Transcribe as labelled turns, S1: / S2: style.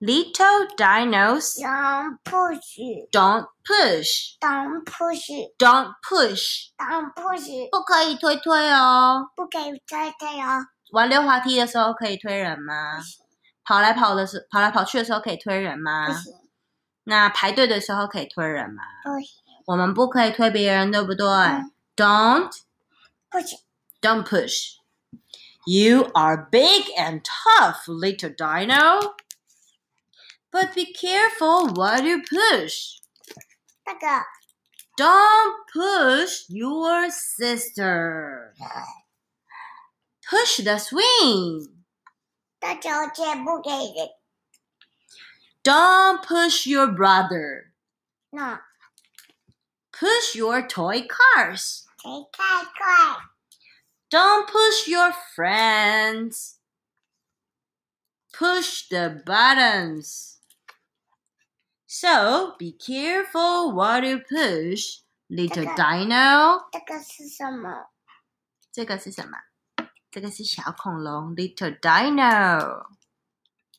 S1: Little dinos
S2: don't push,
S1: don't push,
S2: don't push,
S1: don't push，
S2: don't push，
S1: 不可以推推哦。
S2: 不可以推推哦，
S1: 玩溜滑梯的时候可以推人吗
S2: 不？行
S1: 跑来跑的时，跑来跑去的时候可以推人吗
S2: 不？行
S1: 那排队的时候可以推人吗？
S2: 不行
S1: 我们不可以推别人，对不对
S2: 嗯
S1: ？Don't
S2: 不行，
S1: Don't push. You are big and tough, little dino. But be careful what you push.
S2: 那个
S1: Don't push your sister. Push the swing.
S2: 大脚姐不给的，
S1: Don't push your brother.
S2: 那
S1: Push your toy cars.
S2: 谁太快？
S1: Don't push your friends. Push the buttons. So be careful what you push, little
S2: Okay.
S1: dino.
S2: 这个是什么？
S1: 这个是什么？这个是小恐龙，little dino。